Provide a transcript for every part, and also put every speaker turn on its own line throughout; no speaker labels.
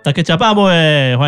大家假爸爸，欢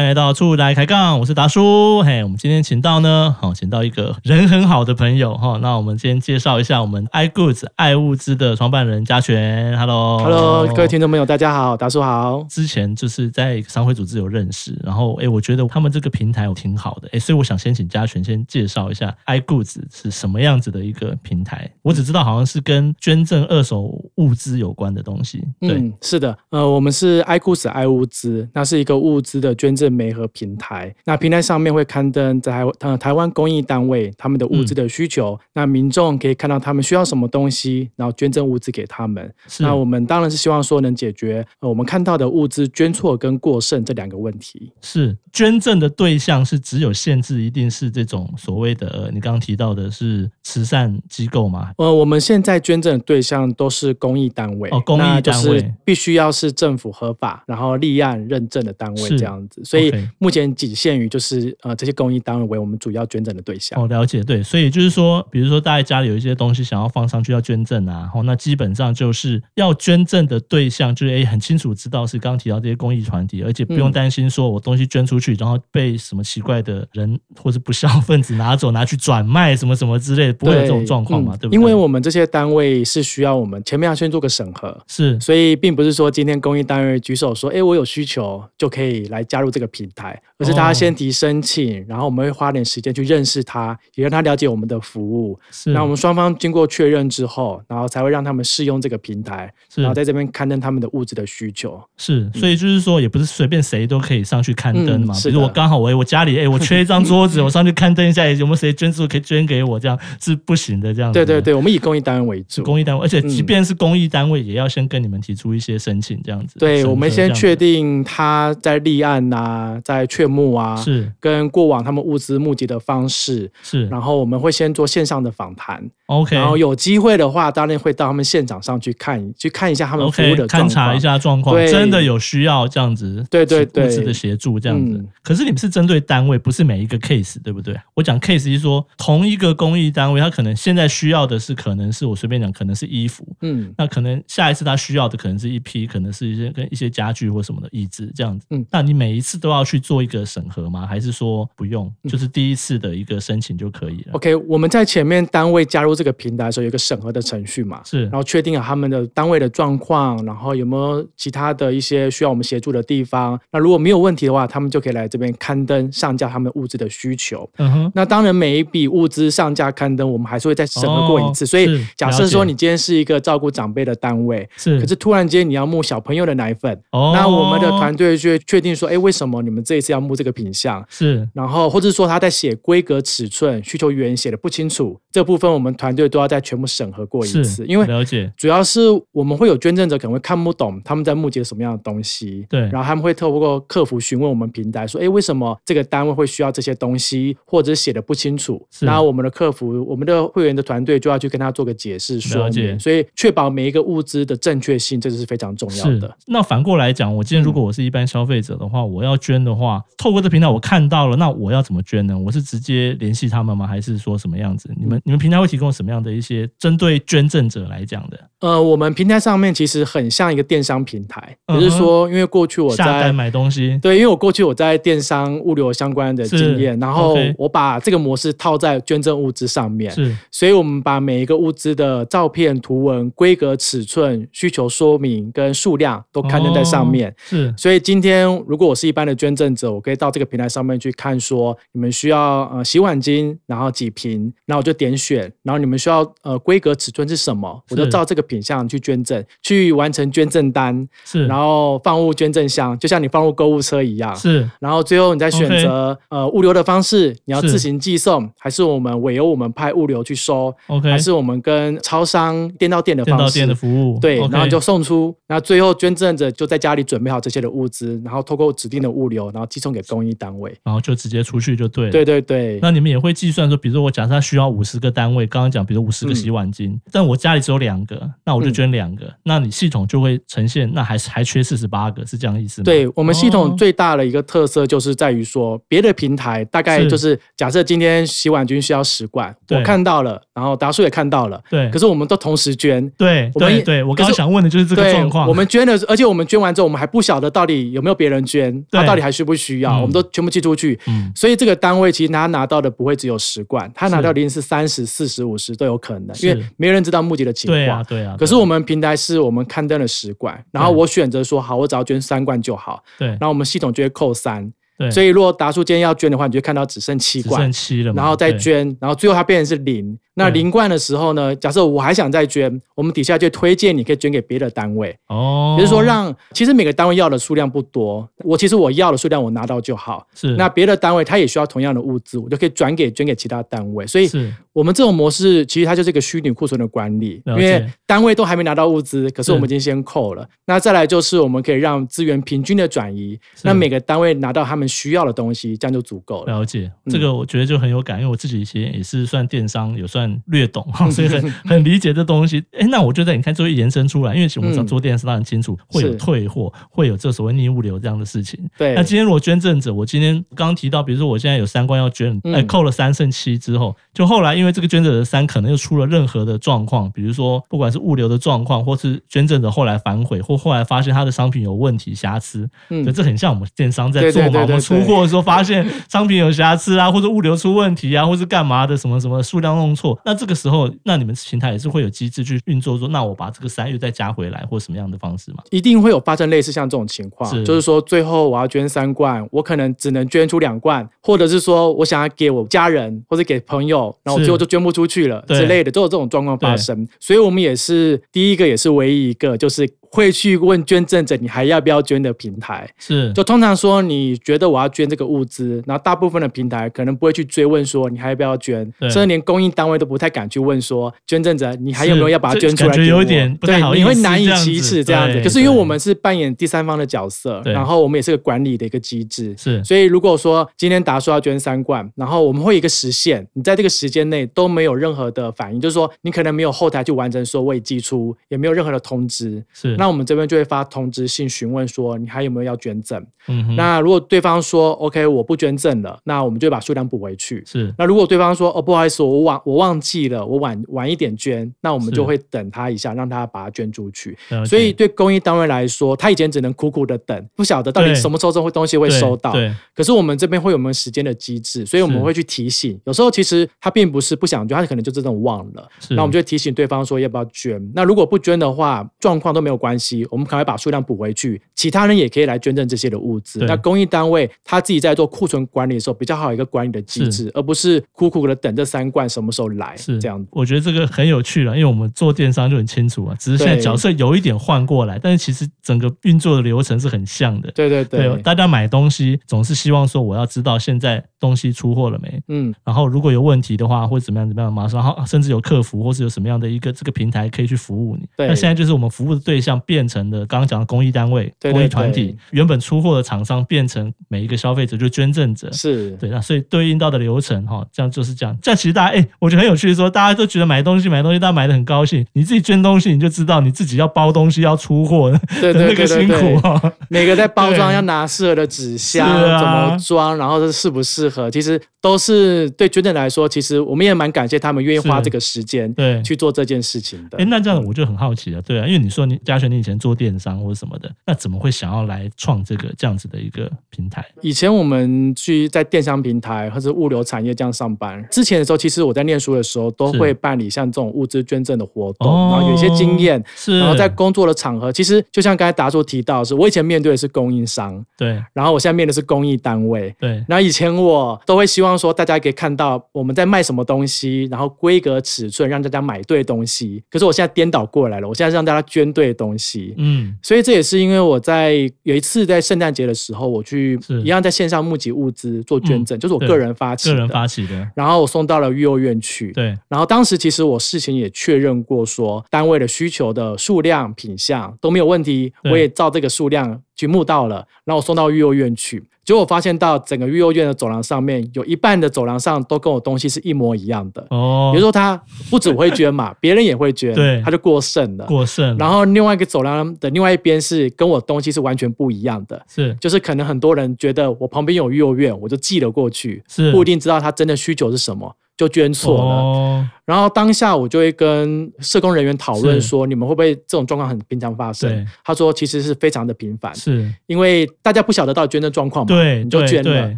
迎来到出来开杠，我是达叔。嘿，我们今天请到呢，好，请到一个人很好的朋友哈。那我们先介绍一下我们 iGoods 爱物资的创办人嘉璇。Hello，Hello，
Hello，各位听众朋友，大家好，达叔好。
之前就是在商会组织有认识，然后哎、诶我觉得他们这个平台挺好的，哎、所以我想先请嘉璇先介绍一下 iGoods 是什么样子的一个平台。我只知道好像是跟捐赠二手物资有关的东西，对，
嗯，是的，呃，我们是爱故事爱物资，那是一个物资的捐赠媒合平台。那平台上面会刊登在台呃台湾公益单位他们的
嗯
物资的需求，那民众可以看到他们需要什么东西，然后捐赠物资给他们。
是
那我们当然是希望说能解决呃我们看到的物资捐错跟过剩这两个问题。
是捐赠的对象是只有限制，一定是这种所谓的呃，你刚刚提到的是慈善机构吗？
呃，我们现在捐赠的对象都是公益单位，
哦公益
那就
单
是
位
必须要是政府合法，然后立案认证的单位
是
这样子，所以
OK
目前仅限于就是呃这些公益单位为我们主要捐赠的对象。
哦，了解，对，所以就是说，比如说大家家里有一些东西想要放上去要捐赠啊，哦，那基本上就是要捐赠的对象就是诶很清楚知道是刚刚提到这些公益团体，而且不用
嗯
担心说我东西捐出去，然后被什么奇怪的人或是不孝分子拿走拿去转卖什么什么之类的，不会有这种状况嘛，
嗯
对不对？
因为我们这些单位是需要我们前面要先做个审核。
是
所以并不是说今天公益单位举手说，哎，我有需求就可以来加入这个平台，而是大
哦
家先提申请，然后我们会花点时间去认识他，也让他了解我们的服务，
是，
那我们双方经过确认之后，然后才会让他们试用这个平台，
是
然后在这边刊登他们的物质的需求。
是，所以就是说，也不是随便谁都可以上去刊登嘛。
嗯
比
是
如我
的
刚好我我家里哎、我缺一张桌 子，我上去刊登一下，有没有谁捐助可以捐给我？这样是不行的，这样子。
对对。对，我们以公益单位为主
是。嗯公益单位，而且即
嗯
便是公益单位，也要先跟你们提出一些申请，这样子。
对，
审
我们
核
先
这样
确
子
定他在立案呐、在确募啊，
是
跟过往他们物资募集的方式，
是
然后我们会先做线上的访谈，
OK，
然后有机会的话，当然会到他们现场上去看，去看一下他们服务
OK，
的状
勘
况。
察一下状况，
对
真的有需要这样子，
对对对
物资的协助这样子
嗯。
可是你们是针对单位，不是每一个 case，对不对？我讲 case 是说，同一个公益单位，他可能现在需要的是，可能是我随便讲，可能是衣服，
嗯。
那可能下一次他需要的可能是一批，可能是一些跟一些家具或什么的椅子这样子。
嗯
那你每一次都要去做一个审核吗？还是说不用，
嗯
就是第一次的一个申请就可以了？
OK，我们在前面单位加入这个平台的时候，有一个审核的程序嘛，
是
然后确定了他们的单位的状况，然后有没有其他的一些需要我们协助的地方。那如果没有问题的话，他们就可以来这边刊登上架他们物资的需求。
嗯哼，
那当然，每一笔物资上架刊登，我们还是会再审核过一次。
哦
所以
是
假
了
设
解
说你今天是一个照顾长辈的单位，
是。
可是突然间你要募小朋友的奶粉，
哦，
那我们的团队就会确定说，哎，为什么你们这一次要募这个品项？
是
然后或者说他在写规格、尺寸、需求源写的不清楚，这部分我们团队都要再全部审核过一次，
是，
因为
了解
主要是我们会有捐赠者可能会看不懂他们在募集什么样的东西，
对
然后他们会透过客服询问我们平台说，哎，为什么这个单位会需要这些东西，或者写的不清楚，
是
然后我们的客服、我们的会员的团队就要去跟他做个解释说
了解
明，所以确保每一个物资的正确性，这是非常重要
是
的。。
那反过来讲，我今天如果我是一般消费者的话，我要捐的话，透过这平台我看到了，那我要怎么捐呢？我是直接联系他们吗？还是说什么样子？你们你们平台会提供什么样的一些针对捐赠者来讲的？
呃，我们平台上面其实很像一个电商平台，
嗯哼
也就是说，因为过去我
下
在
单买东西，
对，因为我过去我在电商物流相关的
是
经验，然后
OK
我把这个模式套在捐赠物资上面，
是
所以我们把每一个物资的照片、图文、规格、尺寸、需求说明跟数量都刊登在上面。
哦是
所以今天，如果我是一般的捐赠者，我可以到这个平台上面去看，说你们需要呃洗碗巾，然后几瓶，然后我就点选，然后你们需要呃规格尺寸是什么，我就是照这个品项去捐赠，去完成捐赠单，
是，
然后放入捐赠箱，就像你放入购物车一样。
是
然后最后你再选择呃物流的方式，你要
是
自行寄送，还是我们委由我们派物流去收，
OK，
还是我们跟超商店到店的
店
方
到
式？
店的服务，
对
OK
然后你就送出，那最后捐赠者就在家里准备好这些的物资，然后透过指定的物流，然后寄送给公益单位。
然后就直接出去就对了。
对对对，
那你们也会计算说，比如说我假设他需要五十个单位，刚刚讲，比如五十个
嗯
洗碗巾，但我家里只有两个，那那我就捐两个，那你系统就会呈现，那还是还缺四十八个，是这样意思吗？
对我们系
哦
统最大的一个特色就是在于说，别的平台大概
是
就是假设今天洗碗均需要十罐，
对
我看到了，然后达叔也看到了，
对
可是我们都同时捐。
对
我们
对
也
对，我
可
刚
是
刚想问的就是这个
对
状况。
我们捐了，而且我们捐完之后，我们还不晓得到底有没有别人捐，
对
他到底还需不需要，
嗯
我们都全部寄出去。
嗯，
所以这个单位其实他拿到的不会只有十罐，他拿
是
到零是三十、四十、五十都有可能，
是
因为没人知道目的的情
对啊
况。
对啊。
可是
对啊
我们平台是我们刊登了十罐，然后
对啊
我选择说好，我只要捐三罐就好，
对
然后我们系统就会扣三。
对，
所
以
以如果达叔今天要捐的话，你就会看到只剩七
只
罐
剩，七了嘛，
然后再
对。
捐，然后最后它变成是零。那
对
零罐的时候呢，假设我还想再捐，我们底下就推荐你可以捐给别的单位，
哦，
也就是说让其实每个单位要的数量不多，我其实我要的数量我拿到就好。
是
那别的单位他也需要同样的物资，我就可以转给捐给其他单位。所以
是
我们这种模式其实它就是一个虚拟库存的管理，因
了解
为单位都还没拿到物资，可是
是
我们已经先扣了。那再来就是我们可以让资源平均的转移，
是
那每个单位拿到他们需要的东西，这样就足够了。
了解，
嗯
这个我觉得就很有感，因为我自己以前也是算电商，有算略懂， 所以很很理解这东西。哎，那我觉得你看就会延伸出来，因为其实我们
嗯
做做电商当然清楚，会有
是
退货，会有这所谓逆物流这样的事情。
对
那，今天如果捐赠者，我今天刚刚提到，比如说我现在有三关要捐，哎、
嗯
扣了三剩七之后，就后来因为这个捐赠者的三可能又出了任何的状况，比如说不管是物流的状况，或是捐赠者后来反悔，或后来发现他的商品有问题瑕疵，
嗯
可，这很像我们电商在
对
做
对
嘛，
对
我们
对
出
对
货的时候发现商品有瑕疵啊，或者物流出问题啊，或是干嘛的什么什么数量弄错，那这个时候，那你们平台也是会有机制去运作说，那我把这个三又再加回来，或什么样的方式嘛？
一定会有发生类似像这种情况，
是
就是说最后我要捐三罐，我可能只能捐出两罐，或者是说我想要给我家人或者给朋友，然后
是
最后就捐不出去了
对
之类的，都有这种状况发生。所以我们也是第一个，也是唯一一个，就是会去问捐赠者你还要不要捐的平台。
是
就通常说你觉得我要捐这个物资，然后大部分的平台可能不会去追问说你还要不要捐，
对
甚至连供应单位都不太敢去问说捐赠者你还有没有要把它
是
捐出来
感觉
给
有
我
点不太
对
好
你
意
会
思
难以
这样
启
子
齿这样子。
对
可是因为
对
我们是扮演第三方的角色，
对
然后我们也是个管理的一个机制，
是
所以如果说今天达叔要捐三罐，然后我们会有一个时限，你在这个时间内都没有任何的反应，就是说你可能没有后台去完成说未寄出，也没有任何的通知，
是，
那我们这边就会发通知信询问说你还有没有要捐赠。
嗯哼，
那如果对方说 OK 我不捐赠了，那我们就把数量补回去。
是
那如果对方说哦不好意思我忘我忘记了我晚晚一点捐，那我们
是
就会等他一下，让他把它捐出去。
了
所以
解
对公益单位来说，他以前只能苦苦的等，不晓得到底
对
什么时候这东西会
对
收到。
对
可是我们这边会有没有时间的机制，所以我们
是
会去提醒。有时候其实他并不是不想捐，他可能就真的忘了。
是，
那我们就会提醒对方说要不要捐。那如果不捐的话，状况都没有关系，我们赶快把数量补回去，其他人也可以来捐赠这些的物资。
对
那公益单位他自己在做库存管理的时候，比较好有一个管理的机制，而不是苦苦的等这三罐什么时候来
是
这样子。
我觉得这个很有趣了，因为我们做电商就很清楚啊，只是现在
对
角色有一点换过来，但是其实整个运作的流程是很像的。
对对
对，大家买东西总是希望说，我要知道现在东西出货了没，
嗯，
然后如果有问题的话，或者怎么样怎么样，马上，然后甚至有客服，或是有什么样的一个这个平台可以去服务你。
对
那现在就是我们服务的对象变成了刚刚讲的公益单位、
对对
公益团体
对，
原本出货的厂商变成每一个消费者，就捐赠者。
是。
对，那所以对应到的流程哈，这样就是这样。这样其实大家哎、我觉得很有趣的是说，大家都觉得买东西买东西，大家买的很高兴。你自己捐东西，你就知道你自己要包东西要出货的
对对
那个
对
辛
对对
苦，哦。
每个在包装
对
要拿适合的纸箱，
是啊
怎么装，然后这适不适合，其实都是对捐赠来说，其实我们也蛮感谢他们愿意花
是
这个时间
对，
去做这件事情的
哎、。那这样我就很好奇了，对啊，因为你说你嘉轩，你以前做电商或者什么的，那怎么会想要来创这个这样子的一个平台？
以前我们去在电商平台或者物流产业这样上班，之前的时候，其实我在念书的时候都
是
会办理像这种物资捐赠的活动，然后有一些经验。
哦是，
然后在工作的场合，其实就像刚才达叔提到的是，我以前面对的是供应商，
对
然后我现在面对的是公益单位。
对
然后以前我都会希望说，大家可以看到我们在卖什么东西，然后规格尺寸让大家买对东西。可是我现在颠倒过来了，我现在是让大家捐对东西。
嗯
所以这也是因为我在有一次在圣诞节的时候，我去
是嗯
一样在线上募集物资做捐赠，就是我
对
个人发起
个
的，
人发起的，
然后我送到了育幼院去。
对
然后当时其实我事前也确认过说，单位的需求的数量、品相都没有问题，
对
我也照这个数量去募到了，然后我送到育幼院去。结果我发现到整个育幼院的走廊上面，有一半的走廊上都跟我东西是一模一样的。
哦
比如，说他不止我会 捐嘛，别人也会捐，
对
他就过剩了。
过剩了，
然后另外一个走廊的另外一边是跟我东西是完全不一样的，
是
就是可能很多人觉得我旁边有幼儿园，我就寄了过去，
是
不一定知道他真的需求是什么，就捐错了。
哦，
然后当下我就会跟社工人员讨论
是
说，你们会不会这种状况很平常发生
对？
他说其实是非常的频繁，
是，
因为大家不晓得到底捐赠状况嘛，
对，
你就
对
捐了。
对，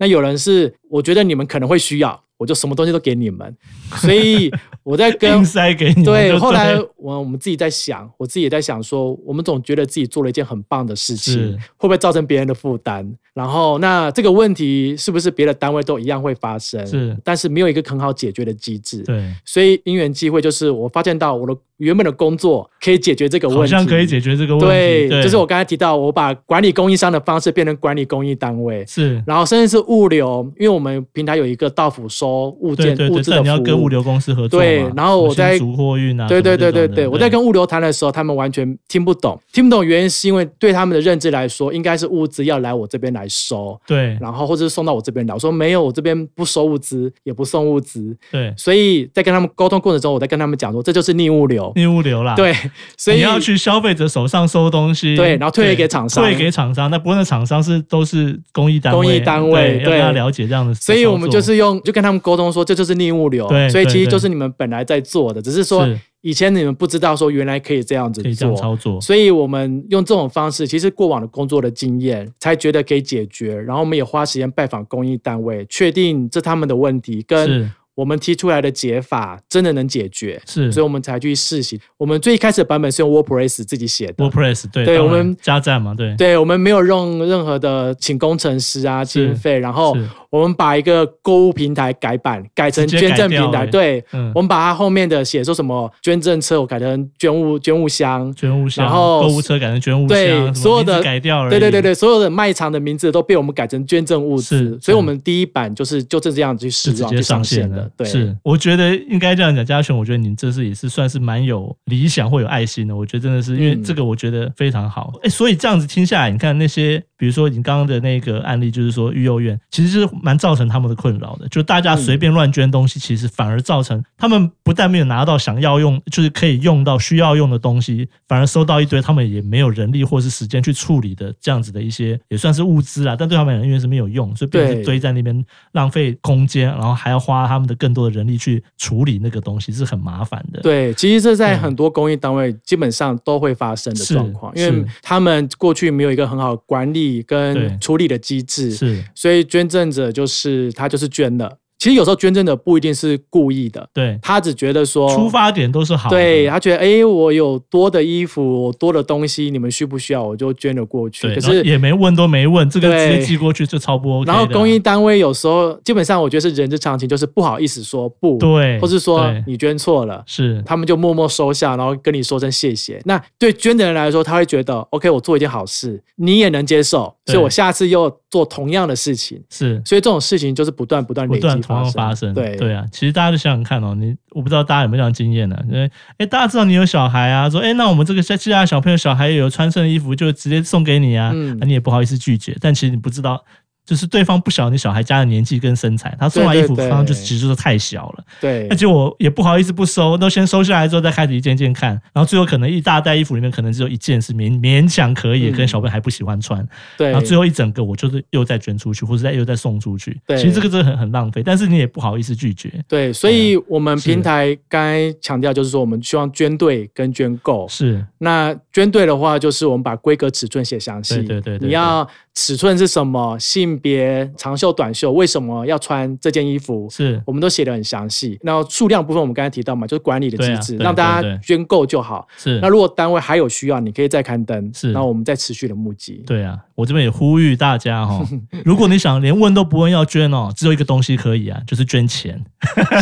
那有人是我觉得你们可能会需要，我就什么东西都给你们，所以我在 跟
硬塞给你们就对，
对，后来我我们自己在想，我自己也在想说，我们总觉得自己做了一件很棒的事情
是，
会不会造成别人的负担？然后那这个问题是不是别的单位都一样会发生？
是
但是没有一个很好解决的机制。
对，
所以因缘机会就是我发现到我的原本的工作可以解决这个问题，
好像可以解决这个问
对
题，，对，
就是我刚才提到，我把管理供应商的方式变成管理供应单位。
是
然后甚至是物流，因为我们平台有一个到府收物
对
件
对
物
对，
资
但
的
你要
服
跟
务
物，流公司合作
对
嘛
然后我
什么新
在
竹货运啊，
对
什
对
么这
对对
种的
对，我在跟物流谈的时候，他们完全听不懂，听不懂原因是因为对他们的认知来说，应该是物资要来我这边来收，
对
然后或者是送到我这边来。我说没有，我这边不收物资，也不送物资。
对
所以在跟他们沟通过程中，我在跟他们讲说，这就是逆物 流。
逆物流啦，，
对，所以
啊你要去消费者手上收东西，
对然后退回给厂商
退给厂商，那不过那厂商是都是公益单位，
公益单位
对，要
对
跟他了解这样的操作，
所以我们就是用就跟他们沟通说，这就是逆物流
对。
所以
对
其实
对
就是你们本来在做的，只是说
是
以前你们不知道说原来可以这样子
可以这
做
样。操作，
所以我们用这种方式，其实过往的工作的经验才觉得可以解决。然后我们也花时间拜访公益单位，确定这他们的问题跟
是
我们提出来的解法真的能解决，
是，
所以我们才去试行。我们最一开始的版本是用 WordPress 自己写的。
WordPress 对，
对
当
我
然
们
加站嘛，对，
对，我们没有用任何的请工程师啊
是
经费，然后
是
我们把一个购物平台改版，改成
直接
捐
改
赠
掉
平台。
欸
对，
嗯
我们把它后面的写说什么捐赠车，我改成捐物捐物箱，
捐物箱，
然后
购物车改成捐物箱，
对
什么
所有的
名字改掉了，
对对对，对，所有的卖场的名字都被我们改成捐赠物
是
资，所以我们第一版就是就这样去
是
试
直
装
接
去
上
上
线
的
的。，
对，
是，我觉得应该这样讲，嘉雄，我觉得你这是也是算是蛮有理想或有爱心的。我觉得真的是因为
嗯
这个，我觉得非常好。哎、所以这样子听下来，你看那些，比如说你刚刚的那个案例，就是说育幼院，其实是蛮造成他们的困扰的。就大家随便乱捐东西，其实反而造成他们不但没有拿到想要用，就是可以用到需要用的东西，反而收到一堆他们也没有人力或是时间去处理的这样子的一些，也算是物资啦。但对他们人员是没有用，所以变成是
对
堆在那边浪费空间，然后还要花他们的更多的人力去处理那个东西，是很麻烦的。
对，其实这在
嗯
很多公益单位基本上都会发生的
是
状况，因
是
为他们过去没有一个很好的管
对
理跟处理的机制，
是，
所以捐赠者就是他就是捐了。其实有时候捐赠者不一定是故意的，
对，
他只觉得说
出发点都是好的。
哦对他觉得，哎，我有多的衣服，我多的东西，你们需不需要，我就捐了过去。
对，
可
然后
是
也没问都没问，这个直接
对
寄过去就超不 OK 的。啊
然后公益单位有时候基本上我觉得是人之常情，就是不好意思说不，
对，
或是说
对
你捐错了。
是
他们就默默收下，然后跟你说声谢谢。那对捐的人来说，他会觉得 OK，我做一件好事，你也能接受，
对
所以我下次又做同样的事情。
是。
所以这种事情就是不断不断
不
累
断同
积发
样
生。
发生，
对
对啊，其实大家就想想看哦，你我不知道大家有没有这样的经验呢、因为哎，大家知道你有小孩啊，说哎，那我们这个现在小朋友小孩也有穿剩的衣服，就直接送给你啊，
嗯
啊你也不好意思拒绝，但其实你不知道，就是对方不晓得你小孩家的年纪跟身材，他送来衣
对对
服
对
可能就其实就是太小了，
对
而且我也不好意思不收，都先收下来之后再开始一件件看，然后最后可能一大袋衣服里面可能只有一件是勉勉强可以，
嗯
跟小朋友还不喜欢穿，
对，
然后最后一整个我就是又再捐出去，或者再又再送出去。
对
其实这个真的很很浪费，但是你也不好意思拒绝。
对，所以我们
啊是
平台刚才强调就是说，我们希望捐对跟捐够。
是
那捐对的话，就是我们把规格尺寸写详细。
对对对对
你要尺寸是什么，性别、长袖、短袖，为什么要穿这件衣服，
是
我们都写的很详细。那数量部分我们刚才提到嘛，就是管理的
对
机
啊
制，
对
让大
对
家
对
捐够就好。
是
那，如果单位还有需要，你可以再刊登，
是
那我们再持续的募集。
对啊，我这边也呼吁大家哈、 哦，如果你想连问都不问要捐哦，只有一个东西可以啊，就是捐 钱。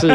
是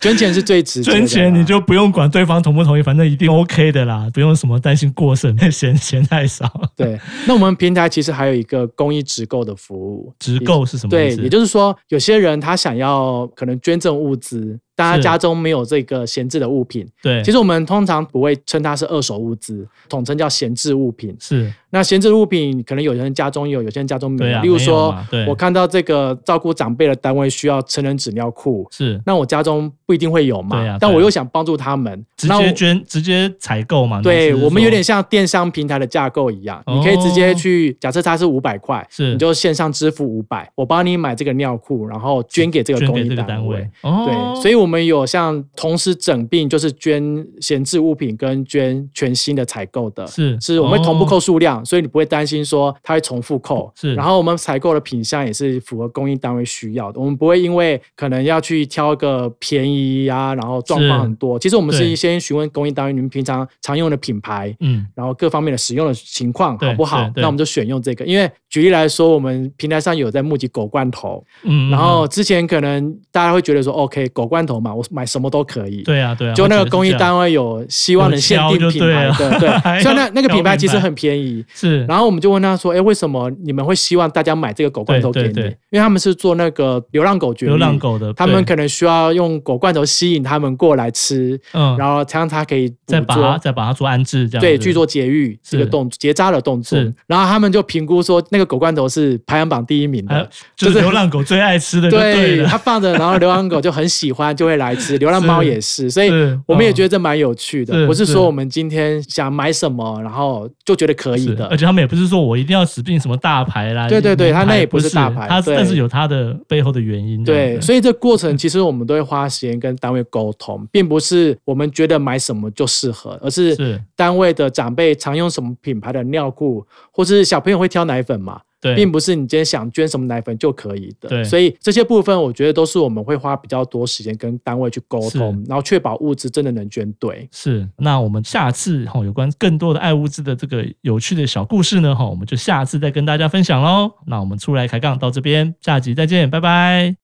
捐钱是最直接的 啦。
捐钱你就不用管对方同不同意，反正一定 OK 的啦，不用什么担心过剩，嫌嫌太少。
对，那我们平台其实还有一个公益直购的服务，
直购是什么意
对，
思？
也就是说，有些人他想要可能捐赠物资，大家
是
家中没有这个闲置的物品。
对，
其
实
实我们通常不会称它是二手物资，统称叫闲置物品。
是
那闲置物品可能有些人家中有，有些人家中没
对
有。
啊，
例嗯如
没有
说
嘛，对，
我看到这个照顾长辈的单位需要成人纸尿裤，
是
那我家中不一定会有嘛，
对啊
但
对啊
我又想帮助他们，
直
那
接
我
捐直接采购嘛，
对
那是
我们有
说
点像电商平台的架构一样，
哦
你可以直接去，假设它是五百块，
是
你就线上支付五百，我帮你买这个尿裤，然后捐给这个
捐
公
给
益
这个
单
单
位
位。，哦，
对，所
以
以我们有像同时整并，就是捐闲置物品跟捐全新的采购的，
是
是我们会同步
哦
扣数量，所以你不会担心说它会重复扣。
是
然后我们采购的品项也是符合供应单位需要的，我们不会因为可能要去挑个便宜啊，然后状况
是
很多。其实我们是
对
先询问供应单位你们平常常用的品牌。
嗯，
然后各方面的使用的情况
对
好不好
对？对
那我们就选用这个，因为举例来说，我们平台上有在募集狗罐头，
嗯，
然后之前可能大家会觉得说，OK，狗罐头嘛，我买什么都可以。
对啊，对啊，
就那
我
个
觉得
公益
是这样
单位有希望能限定品牌
有敲就
的，
对 了还要
对，所以那那个
挑
品牌其实
品牌
很便宜。
是，
然后我们就问他说：“哎，为什么你们会希望大家买这个狗罐头给
对
你？
对对
因为他们是做那个流浪狗绝育，
流浪狗的，
他们
对
可能需要用狗罐头吸引他们过来吃，
嗯，
然后这样它可以捕
再把它
捉。”
再把它做安置这样，
对，去。做节育这个
是
动结扎的动作
是，
然后他们就评估说那个狗罐头是排行榜第一名的，
还有就是
就是
流浪狗最爱吃的，对了
它放着，然后流浪狗就很喜欢，就会来吃，流 浪
是
猫也是，所以
是
我们也觉
得
得这蛮有趣的，
是
不是
是
说我们今天想买什么，然后就觉得可以
而
的。
且他们也不是说我一定要指定什么大牌啦，
对对对
名牌
它那也不
不
是大牌
它
对
但是有它的背后的原因这样
对，
子，
所以这过程其 实我们都会花时间跟单位沟通，并不是我们觉得买什么就适合，而是
是
单位的长辈常用什么品牌的尿裤，或是小朋友会挑奶粉嘛，
对，
并不是你今天想捐什么奶粉就可以的。
对
所以这些部分我觉得都是我们会花比较多时间跟单位去沟通，然后确保物资真的能捐对。
是，那我们下次哈、有关更多的爱物志的这个有趣的小故事呢哈、我们就下次再跟大家分享喽。那我们出来开杠到这边，下集再见，拜拜。